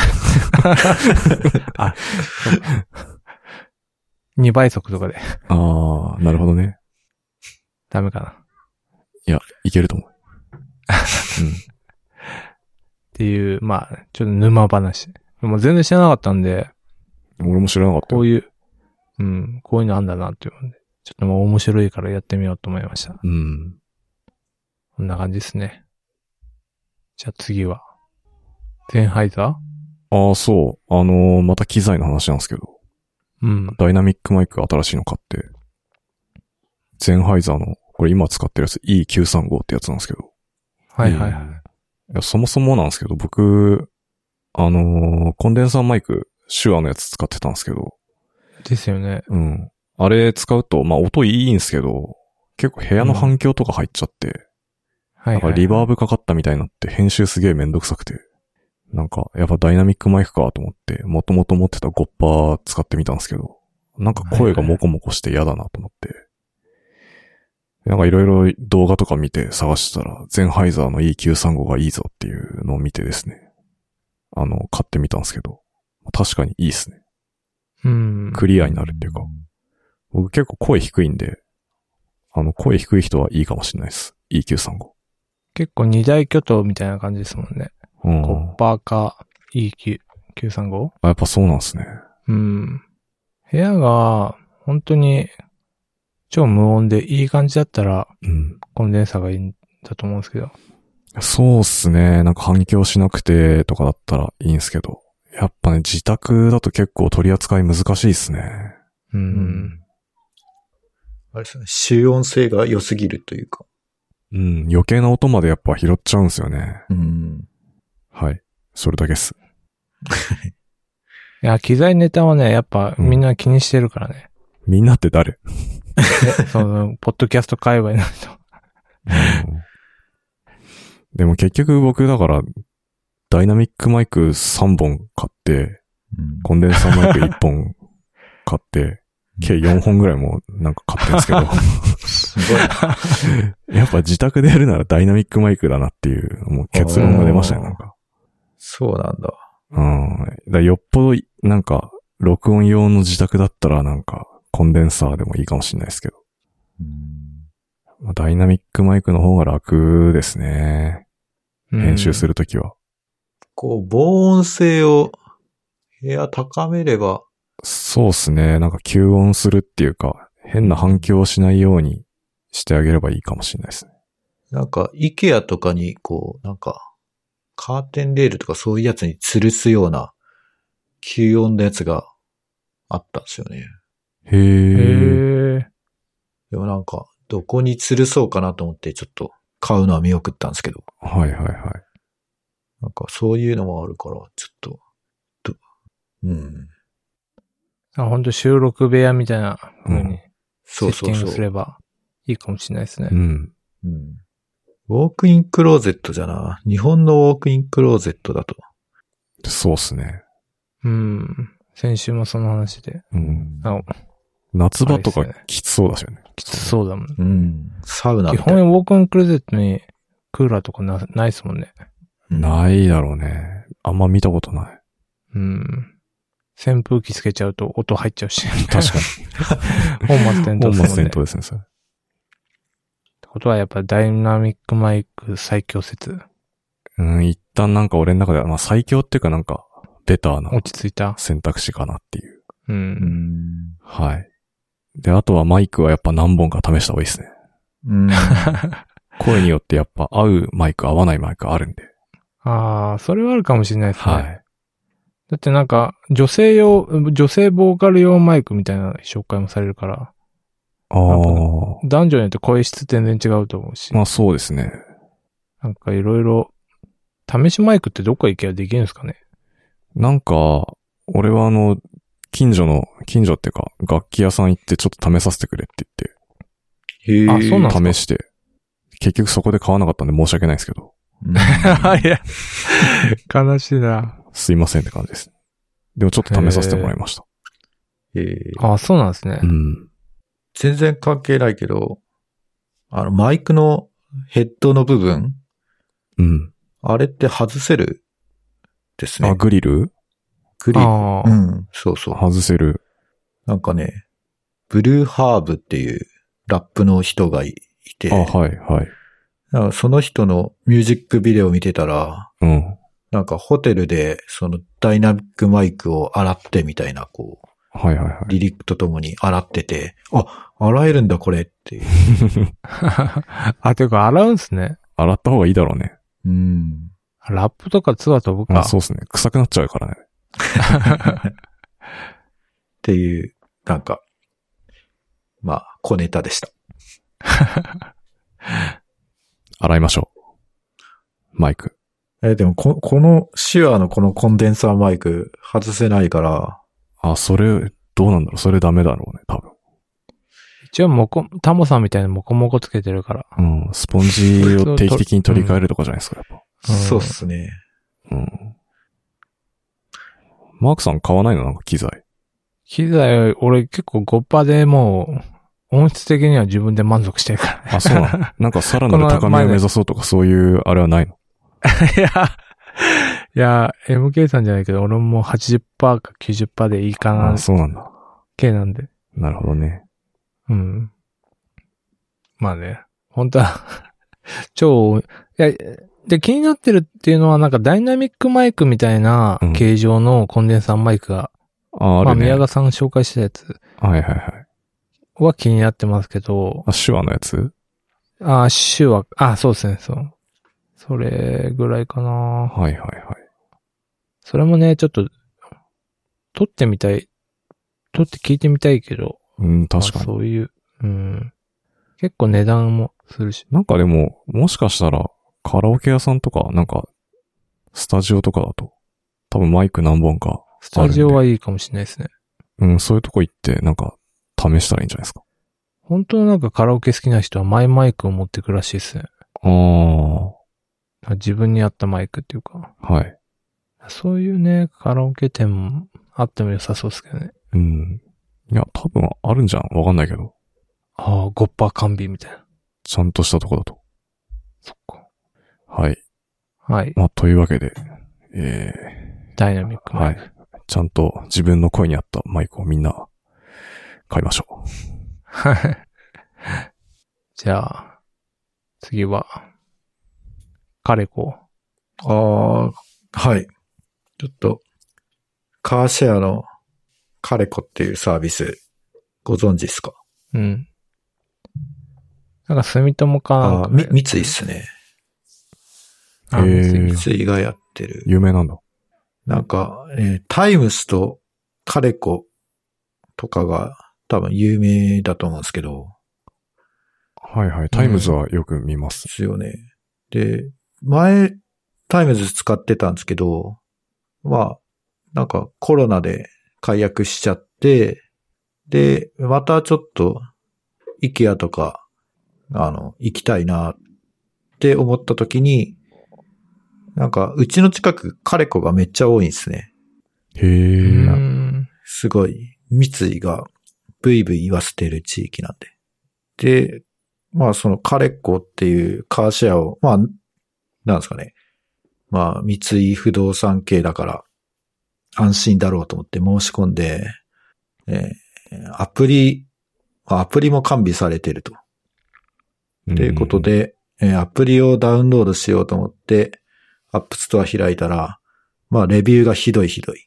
Speaker 1: 2倍速とかで。
Speaker 3: あー、なるほどね。
Speaker 1: ダメかな。っ
Speaker 3: いや、いけると思う。うん。
Speaker 1: ていう、まあ、ちょっと沼話。もう全然知らなかったんで、
Speaker 3: 俺も知らなかった
Speaker 1: こ
Speaker 3: よ。
Speaker 1: ういう、うん、こういうのあんだなっていうので、ちょっともう面白いからやってみようと思いました。
Speaker 3: うん。
Speaker 1: こんな感じですね。じゃあ次は。ゼンハイザ
Speaker 3: ああ、そう。あのーまた機材の話なんですけど、
Speaker 1: ーうん。
Speaker 3: ダイナミックマイク新しいの買って、ゼンハイザーの、これ今使ってるやつ E935 ってやつなんですけど、
Speaker 1: はいはいはい。
Speaker 3: いや、そもそもなんですけど、僕、あのーコンデンサーマイク、手話のやつ使ってたんですけど、
Speaker 1: ですよね。
Speaker 3: うん。あれ使うと、まあ音いいんですけど、結構部屋の反響とか入っちゃって、
Speaker 1: はい、
Speaker 3: なん
Speaker 1: は
Speaker 3: か
Speaker 1: い。
Speaker 3: リバーブかかったみたいになって編集すげえめんどくさくて。なんか、やっぱダイナミックマイクかと思って、もともと持ってたゴッパー使ってみたんですけど、なんか声がモコモコして嫌だなと思って。なんかいろいろ動画とか見て探してたら、ゼンハイザーの E935 がいいぞっていうのを見てですね。あの、買ってみたんですけど、確かにいいっすね。
Speaker 1: うん。
Speaker 3: クリアになるっていうか。僕結構声低いんで、あの、声低い人はいいかもしれないです。E935。
Speaker 1: 結構二大巨頭みたいな感じですもんね。
Speaker 3: うん。
Speaker 1: コッパーか EQ935?
Speaker 3: あやっぱそうなんですね。
Speaker 1: うん。部屋が、本当に、超無音でいい感じだったら、
Speaker 3: うん。
Speaker 1: コンデンサーがいいんだと思うんですけど。
Speaker 3: そうっすね。なんか反響しなくてとかだったらいいんすけど。やっぱね、自宅だと結構取り扱い難しいっすね。
Speaker 1: うん。
Speaker 2: んあれですね。集音性が良すぎるというか。
Speaker 3: うん、余計な音までやっぱ拾っちゃうんすよね。
Speaker 2: うん。
Speaker 3: はい。それだけっす。
Speaker 1: いや、機材ネタはね、やっぱみんな気にしてるからね。
Speaker 3: みんなって誰
Speaker 1: その、ポッドキャスト界隈の人。
Speaker 3: うん [LAUGHS] でも結局僕だから、ダイナミックマイク3本買って、
Speaker 2: うん
Speaker 3: コンデンサーマイク1本買って、計4本ぐらいもうなんか買ってるんですけど、
Speaker 2: すごいな。
Speaker 3: [LAUGHS] やっぱ自宅でやるならダイナミックマイクだなっていう、もう結論が出ましたね、
Speaker 2: おー
Speaker 3: なんか。
Speaker 2: [LAUGHS] そうなんだ。
Speaker 3: うん。だからよっぽど、なんか、録音用の自宅だったらなんか、コンデンサーでもいいかもしれないですけど。まあダイナミックマイクの方が楽ですね。編集す
Speaker 1: る。
Speaker 3: るときは。
Speaker 2: こう、防音性を、部屋高めれば、
Speaker 3: そうですね。なんか吸音するっていうか、変な反響をしないようにしてあげればいいかもしれないですね。
Speaker 2: なんか、イケアとかに、こう、なんか、カーテンレールとかそういうやつに吊るすような、吸音のやつがあったんですよね。
Speaker 3: へえ。
Speaker 1: へえ。
Speaker 2: でもなんか、どこに吊るそうかなと思って、ちょっと、買うのは見送ったんですけど、
Speaker 3: はいはいはい。
Speaker 2: なんか、そういうのもあるから、ちょっと、どうん。
Speaker 1: あ、本当収録部屋みたいな風にセ
Speaker 2: そう
Speaker 1: ッ
Speaker 2: そ
Speaker 1: ティ
Speaker 2: う
Speaker 1: ング
Speaker 2: そ
Speaker 1: す
Speaker 2: う。
Speaker 1: ればいいかもしれないですね
Speaker 3: う。ん。
Speaker 2: うん。ウォークインクローゼットじゃな。日本のウォークインクローゼットだと。
Speaker 3: そうですね。
Speaker 1: うん。先週もその話で。
Speaker 3: うん。
Speaker 1: あ
Speaker 3: 夏場と
Speaker 1: あ
Speaker 3: か
Speaker 1: れっすね
Speaker 3: きつそうだしよね。
Speaker 1: きつそうだもん。
Speaker 2: うん。サウナ
Speaker 1: 基
Speaker 2: みたい
Speaker 1: 本
Speaker 2: な。
Speaker 1: ウォークンクローゼットにクーラーとかなないっすもんね。
Speaker 2: うん
Speaker 3: ないだろうね。あんま見たこ
Speaker 1: [LAUGHS]
Speaker 3: とない。
Speaker 1: うん。扇風機つけちゃうと音入っちゃうし。
Speaker 3: 確か
Speaker 1: に。本末転
Speaker 3: に。
Speaker 1: 倒っすも
Speaker 3: 本末
Speaker 1: んね。
Speaker 3: 転
Speaker 1: って
Speaker 3: 倒ですね、それ。
Speaker 1: ことはやっぱダイナミックマイク最強説。
Speaker 3: うん、一旦なんか俺の中では、まあ最強っていうかなんか、ベターな
Speaker 1: 落ち着いた。
Speaker 3: 選択肢かなっていう。
Speaker 1: う。
Speaker 2: うんん。
Speaker 3: はい。で、あとはマイクはやっぱ何本か試した方がいいですね。
Speaker 1: [LAUGHS]
Speaker 2: うん。
Speaker 3: 声によってやっぱ合うマイク合わないマイクあるんで。
Speaker 1: ああ、それはあるかもしれないですね。
Speaker 3: はい。
Speaker 1: だってなんか、女性用、女性ボーカル用マイクみたいな紹介もされるから、
Speaker 3: ああ。
Speaker 1: 男女によって声質全然違うと思うし、
Speaker 3: まあそうですね。
Speaker 1: なんかいろいろ、試しマイクってどっか行けばできるんですかね
Speaker 3: なんか、俺はあの、近所の、近所っていうか、楽器屋さん行ってちょっと試させてくれって
Speaker 2: へえ。
Speaker 1: あそうなん
Speaker 3: 言っ
Speaker 1: すか
Speaker 3: て、試して、結局そこで買わなかったんで申し訳ないですけど、
Speaker 2: うん
Speaker 1: いや、悲しいな。
Speaker 3: すいませんって感じです。でもちょっと試させてもらいました。
Speaker 2: へえ
Speaker 1: ああ、そうなんですね
Speaker 3: う。ん。
Speaker 2: 全然関係ないけど、あの、マイクのヘッドの部分、
Speaker 3: うん。
Speaker 2: あれって外せるですね。
Speaker 3: あ、グリル
Speaker 2: グリー
Speaker 1: あ
Speaker 2: う
Speaker 1: あ、
Speaker 2: ん。そうそう。
Speaker 3: 外せる。
Speaker 2: なんかね、ブルーハーブっていうラップの人がいいて、
Speaker 3: あ、はい、はい。
Speaker 2: なんかその人のミュージックビデオ見てたら、
Speaker 3: うん。
Speaker 2: なんかホテルでそのダイナミックマイクを洗ってみたいな、こう、
Speaker 3: はい、はい、 [LAUGHS] はい。
Speaker 2: リリックとともに洗ってて、あ、洗えるんだこれっていう。
Speaker 1: あ、ていうか、洗うんすね。
Speaker 3: 洗った方がいいだろうね。
Speaker 2: うん。
Speaker 1: ラップとかツアー飛ぶ
Speaker 3: あ
Speaker 1: か。
Speaker 3: そうですね。臭くなっちゃうからね。
Speaker 2: っていう、なんか、まあ、小ネタでした。
Speaker 3: 洗いましょう。マイク。
Speaker 2: え、でもこ、この、シュアのこのコンデンサーマイク外せないから、
Speaker 3: あ、それ、どうなんだろうそれダメだろうね、多
Speaker 1: 一応、もこ、タモさんみたいにモコモコつけてるから。
Speaker 3: 分。うん。スポンジを定期的に取り替えるとかじゃないですか、やっ
Speaker 1: うん
Speaker 2: そうっすね。
Speaker 3: ぱ。うん。マークさん買わないのなんか機材。
Speaker 1: 機材、俺結構ゴッパでもう、音質的には自分で満足してるからね。
Speaker 3: あ、そうな [LAUGHS] のなんかさらなる高みを目指そうとかそういう、あれはないの
Speaker 1: いや、 [LAUGHS] いや、MK さんじゃないけど、俺ももう80%か90%でいいかな
Speaker 3: [LAUGHS] あ、、そうなんだ。
Speaker 1: 系なんで。
Speaker 3: なるほどね。
Speaker 1: うん。まあね、本当は、 [LAUGHS] 超、いや、で、気になってるっていうのは、なんかダイナミックマイクみたいな
Speaker 3: うん
Speaker 1: 形状のコンデンサーマイクが、
Speaker 3: あ、
Speaker 1: ま
Speaker 3: あ
Speaker 1: あ、
Speaker 3: るね。
Speaker 1: 宮
Speaker 3: はい
Speaker 1: 川さんが紹介したやつ
Speaker 3: はいはい。
Speaker 1: は気になってますけど、
Speaker 3: あ、手話のやつ
Speaker 1: あー、手話、あ、そうですね、そう。それぐらいかな。
Speaker 3: はいはいはい。
Speaker 1: それもね、ちょっと、撮ってみたい。撮って聞いてみたいけど。
Speaker 3: うん、確
Speaker 1: まあ
Speaker 3: かに。
Speaker 1: そういう、うん。結構値段もするし。
Speaker 3: なんかでも、もしかしたら、カラオケ屋さんとか、なんか、スタジオとかだと、多分マイク何本か、
Speaker 1: スタジオはいいかもしれないですね。
Speaker 3: うん、そういうとこ行って、なんか、試したらいいんじゃないですか。
Speaker 1: 本当のなんかカラオケ好きな人はマイマイクを持ってくらしいですね。
Speaker 3: ああ、
Speaker 1: 自分に合ったマイクっていうか。
Speaker 3: はい。
Speaker 1: そういうね、カラオケ店もあっても良さそうですけどね。
Speaker 3: うん。いや、多分あるんじゃん。わかんないけど。
Speaker 1: ああ、ゴッパー完備みたいな。
Speaker 3: ちゃんとしたとこだと。
Speaker 1: そっか。
Speaker 3: はい。
Speaker 1: はい。
Speaker 3: まあ、というわけで、え
Speaker 1: ダイナミッ
Speaker 3: ー、
Speaker 1: クマ
Speaker 3: は
Speaker 1: イク。
Speaker 3: い。ちゃんと自分の声に合ったマイクをみんな買いましょう。
Speaker 1: じゃあ、次は、カレコ。
Speaker 2: ああ、はい。ちょっと、カーシェアのカレコっていうサービス、ご存知ですか
Speaker 1: うん。なんか、住友かなん
Speaker 2: あ
Speaker 1: か
Speaker 2: あ
Speaker 1: で、
Speaker 2: ー、み三井っすね。
Speaker 1: あ
Speaker 3: へー
Speaker 1: 三井
Speaker 2: 三井がやってる。
Speaker 3: 有名なんだ。
Speaker 2: なんか、えータイムスとカレコとかが多分有名だと思うんですけど、
Speaker 3: はいはい。タイムズはよく見ます
Speaker 2: で。すよね。で、前、タイムズ使ってたんですけど、まあ、なんかコロナで解約しちゃって、で、またちょっと、イケアとか、あの、行きたいなって思った時に、なんか、うちの近く、カレコがめっちゃ多いんですね。
Speaker 3: へえ。
Speaker 1: う
Speaker 3: ー。
Speaker 1: ん。
Speaker 2: すごい、三井がブイブイ言わせてる地域なんで。で、まあそのカレッコっていうカーシェアを、まあ、なんですかね。まあ三井不動産系だから安心だろうと思って申し込んで、えーアプリ、アプリも完備されてると。ということで、えーアプリをダウンロードしようと思って、アップストア開いたら、まあレビューがひどいひどい。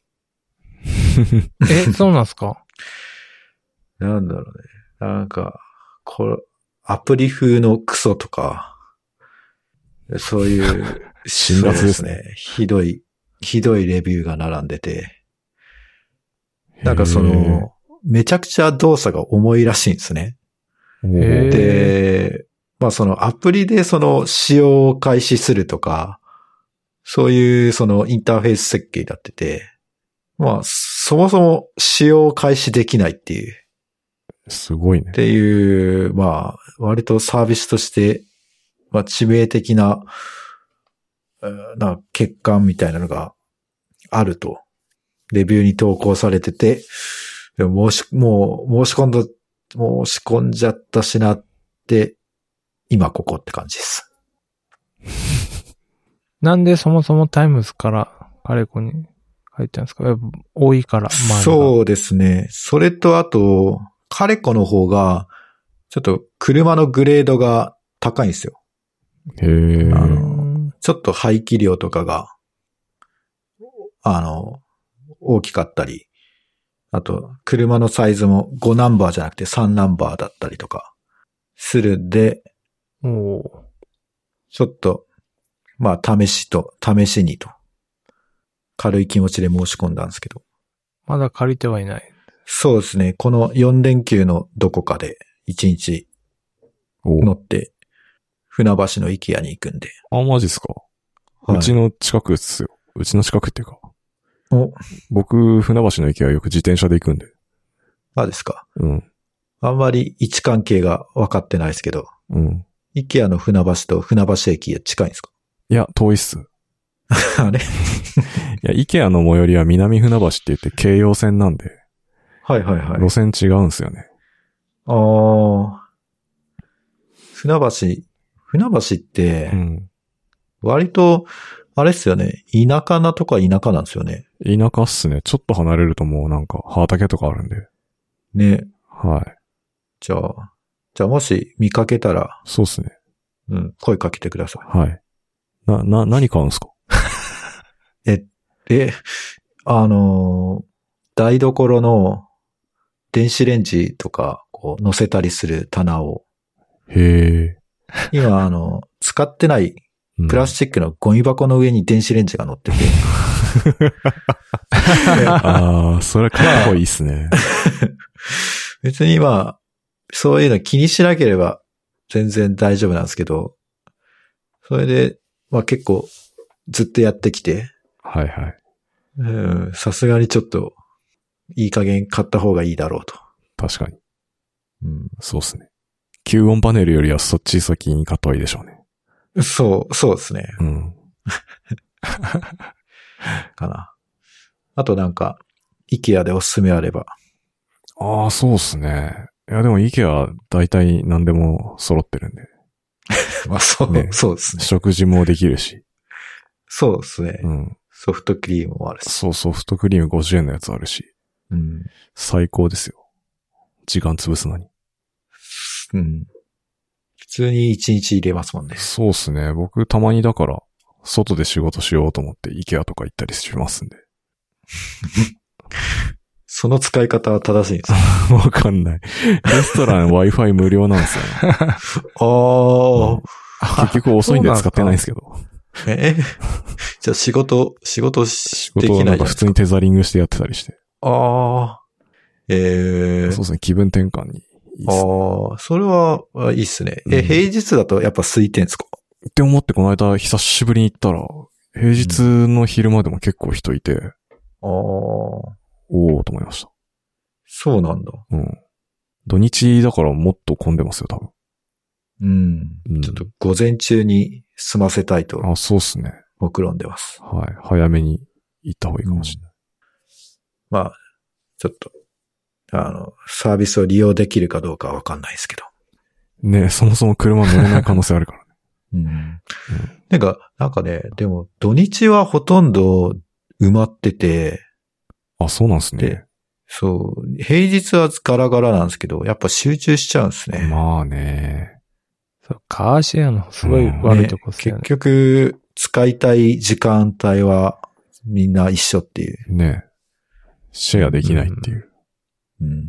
Speaker 1: え、そうなんすか
Speaker 2: なんだろうね。なんか、これ、アプリ風のクソとか、そういう、
Speaker 3: 辛辣ですね
Speaker 2: そうひどい、ひどいレビューが並んでて、[LAUGHS]
Speaker 3: うん。
Speaker 2: なんかその、めちゃくちゃ動作が重いらしいんですね。
Speaker 3: へー、
Speaker 1: へー
Speaker 2: で、まあそのアプリでその使用を開始するとか、そういうそのインターフェース設計になってて、まあそもそも使用を開始できないっていう。
Speaker 3: すごいね
Speaker 2: っ。ていう、まあ、割とサービスとして、まあ、致命的な、えーな、欠陥みたいなのがあると、レビューに投稿されてて、でも申し、もう、申し込んだ、申し込んじゃったしなって、今ここって感じです。
Speaker 1: なんでそもそもタイムズからカレコに書いてあるんですかやっぱ多いから、う。
Speaker 2: そうですね。それとあと、カレコの方が、ちょっと車のグレードが高いんですよ。
Speaker 3: へえ。
Speaker 2: あ
Speaker 1: う
Speaker 2: の
Speaker 1: ん
Speaker 2: ちょっと排気量とかが、あの、大きかったり、あと、車のサイズも5ナンバーじゃなくて3ナンバーだったりとか、するんで、
Speaker 1: おー
Speaker 2: ちょっと、まあ、試しと、試しにと、軽い気持ちで申し込んだんですけど、
Speaker 1: まだ借りてはいない。
Speaker 2: そうですね、この4連休のどこかで1日
Speaker 3: お
Speaker 2: 乗って、船橋の IKEA に行くんで、
Speaker 3: あ、マジっすか。
Speaker 2: はいう
Speaker 3: ちの近くっすよ。うちの近くっていうか。
Speaker 2: お、
Speaker 3: 僕、船橋の駅はよく自転車で行くんで。
Speaker 2: まあですか。
Speaker 3: うん。
Speaker 2: あんまり位置関係が分かってないですけど、
Speaker 3: うん。
Speaker 2: イケアの船橋と船橋駅近いんですか
Speaker 3: いや、遠いっす。
Speaker 2: あれ
Speaker 3: いや、イケアの最寄りは南船橋って言って京葉線なんで、
Speaker 2: はいはいはい。
Speaker 3: 路線違うんすよね。
Speaker 2: ああ。船橋、船橋っ
Speaker 3: う
Speaker 2: て、
Speaker 3: ん。
Speaker 2: 割と、あれっすよね。田舎なとこは田舎なんですよね。
Speaker 3: 田舎っすね。ちょっと離れるともうなんか、畑とかあるんで。
Speaker 2: ね。
Speaker 3: はい。
Speaker 2: じゃあ、じゃあもし見かけたら、
Speaker 3: そうっすね。
Speaker 2: うん、声かけてくださ
Speaker 3: はい。な、な、何買うんすか
Speaker 2: い。え、で、あのー台所の電子レンジとか、こう、乗せたりする棚を、
Speaker 3: へえ。
Speaker 2: 今、あの、使ってない
Speaker 3: うん
Speaker 2: プラスチックのゴミ箱の上に電子レンジが乗って
Speaker 3: [LAUGHS]
Speaker 2: て、
Speaker 3: ああ、それかっこいいっすね。
Speaker 2: 別にまあ、そういうの気にしなければ全然大丈夫なんですけど、それで、まあ結構ずっとやってきて、
Speaker 3: はいはい。
Speaker 2: うんさすがにちょっといい加減買った方がいいだろうと。
Speaker 3: 確かに。
Speaker 2: うん
Speaker 3: そうっすね。吸音パネルよりはそっち先に買った方がいいでしょうね。
Speaker 2: そう、そうですね。
Speaker 3: うん。
Speaker 2: かな。あとなんか、イケアでおすすめあれば。
Speaker 3: ああ、そうっすね。いや、でも IKEA 大体何でも揃ってるんで。
Speaker 2: まあ、そう、
Speaker 3: ね
Speaker 2: そうですね。
Speaker 3: 食事もできるし。
Speaker 2: そうですね。
Speaker 3: うん。
Speaker 2: ソフトクリームもあるし。
Speaker 3: そう、ソフトクリーム50円のやつあるし。
Speaker 2: うん。
Speaker 3: 最高ですよ。時間潰すのに。
Speaker 2: うん。普通に1日入れますもんね。
Speaker 3: そうっすね。僕たまにだから、外で仕事しようと思って IKEA とか行ったりしますんで。
Speaker 2: その使い方は正しいん
Speaker 3: [LAUGHS]
Speaker 2: ですよ。
Speaker 3: [LAUGHS] わかんない。レストラン Wi-Fi 無料なんですよ、ね。
Speaker 2: あー
Speaker 3: [LAUGHS] 結局遅いんで使ってないんですけど。
Speaker 2: え [LAUGHS] じゃあ仕事、仕事
Speaker 3: 仕
Speaker 2: しで
Speaker 3: 事
Speaker 2: き
Speaker 3: は
Speaker 2: な
Speaker 3: ないん
Speaker 2: じ
Speaker 3: か
Speaker 2: ゃん
Speaker 3: 普。通にテザリングしてやってたりして。
Speaker 2: ああ。ええ
Speaker 3: そうですね。気分転換にいいっすね
Speaker 2: ああ、それは、あいいっすね。え、
Speaker 3: うん
Speaker 2: 平日だとやっぱ空いてんすか
Speaker 3: って思ってこの間久しぶりに行ったら、平日の昼間でも結構人いて、
Speaker 2: ああ、
Speaker 3: おおと思いました。
Speaker 2: そうなんだ。
Speaker 3: うん。土日だからもっと混んでますよ、多分。
Speaker 2: うん。
Speaker 3: うん
Speaker 2: ちょっと午前中に済ませたいと
Speaker 3: あ、そうっすね。
Speaker 2: 目論んでます。
Speaker 3: はい。早めに行った方がいいかもしれない。
Speaker 2: まあ、ちょっと、あの、サービスを利用できるかどうかはわかんないですけど。
Speaker 3: ねそもそも車乗れない可能性あるからね。
Speaker 2: うん。なんか、なんかね、でも土日はほとんど埋まってて、
Speaker 3: あ、そうなんですね。
Speaker 2: そう、平日はガラガラなんですけど、やっぱ集中しちゃうんですね。
Speaker 3: まあね。
Speaker 1: そうカーシェアのすごい悪いとこっすよね。
Speaker 2: 結局、使いたい時間帯はみんな一緒っていう。
Speaker 3: ねシェアできないっていう。
Speaker 2: うん、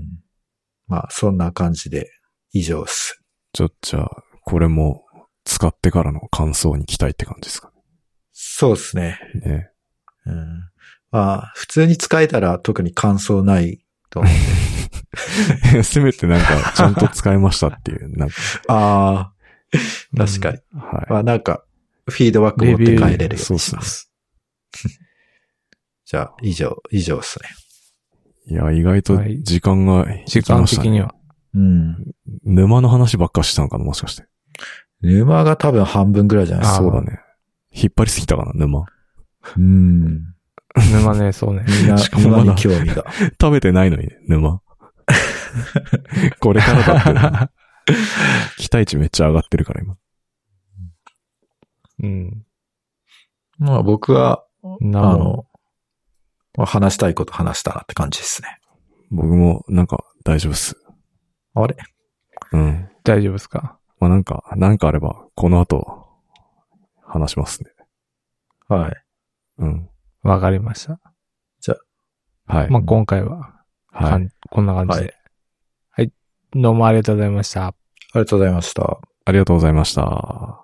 Speaker 2: まあ、そんな感じで、以上っす。
Speaker 3: ちょ、じゃあ、これも使ってからの感想に期待って感じですか
Speaker 2: そうですね。
Speaker 3: ね。
Speaker 1: [LAUGHS]
Speaker 3: ね
Speaker 2: うん、まあ、普通に使えたら特に感想ないと思う。
Speaker 3: せめてなんか、ちゃんと使えましたっていう、なんか、
Speaker 2: ああ、確かに。
Speaker 3: はい。
Speaker 2: まあ、なんか、フィードバック持って帰れるようにします。 [LAUGHS] じゃあ、以上、以上っすね。
Speaker 3: いや、意外と
Speaker 1: はい
Speaker 3: 時間が、
Speaker 1: 時間的に
Speaker 2: [LAUGHS]
Speaker 1: は。。
Speaker 2: うん。
Speaker 3: 沼の話ばっかしてたのかな、もしかして。
Speaker 2: 沼が多分半分ぐらいじゃないです
Speaker 1: あー
Speaker 2: か。
Speaker 3: そうだね。引っ張りすぎたかな、沼。
Speaker 2: うん。
Speaker 1: 沼ね、そうね。
Speaker 2: みんな
Speaker 3: しかもま
Speaker 2: 沼
Speaker 3: だ
Speaker 2: に興味が。
Speaker 3: 食べてないのにね、
Speaker 1: [LAUGHS]
Speaker 3: 沼。これからだっていうのに。期待値めっちゃ上がってるから、今。
Speaker 1: うん。
Speaker 2: [LAUGHS] まあ僕は、あ
Speaker 1: なるほど。
Speaker 2: の、まあ話したいこと話したなって感じですね。
Speaker 3: 僕も、なんか、大丈夫っす。
Speaker 2: あれ
Speaker 3: うん。
Speaker 1: 大丈夫ですか
Speaker 3: まあ、なんか、なんかあれば、この後、話しますね。
Speaker 2: はい。
Speaker 3: うん。
Speaker 1: わかりました。
Speaker 3: はい。
Speaker 1: まあ、今回は、か
Speaker 3: はい。
Speaker 1: んこんな感じで、
Speaker 2: は
Speaker 1: はい。どうもありがとうございました。
Speaker 2: ありがとうございました。
Speaker 3: ありがとうございました。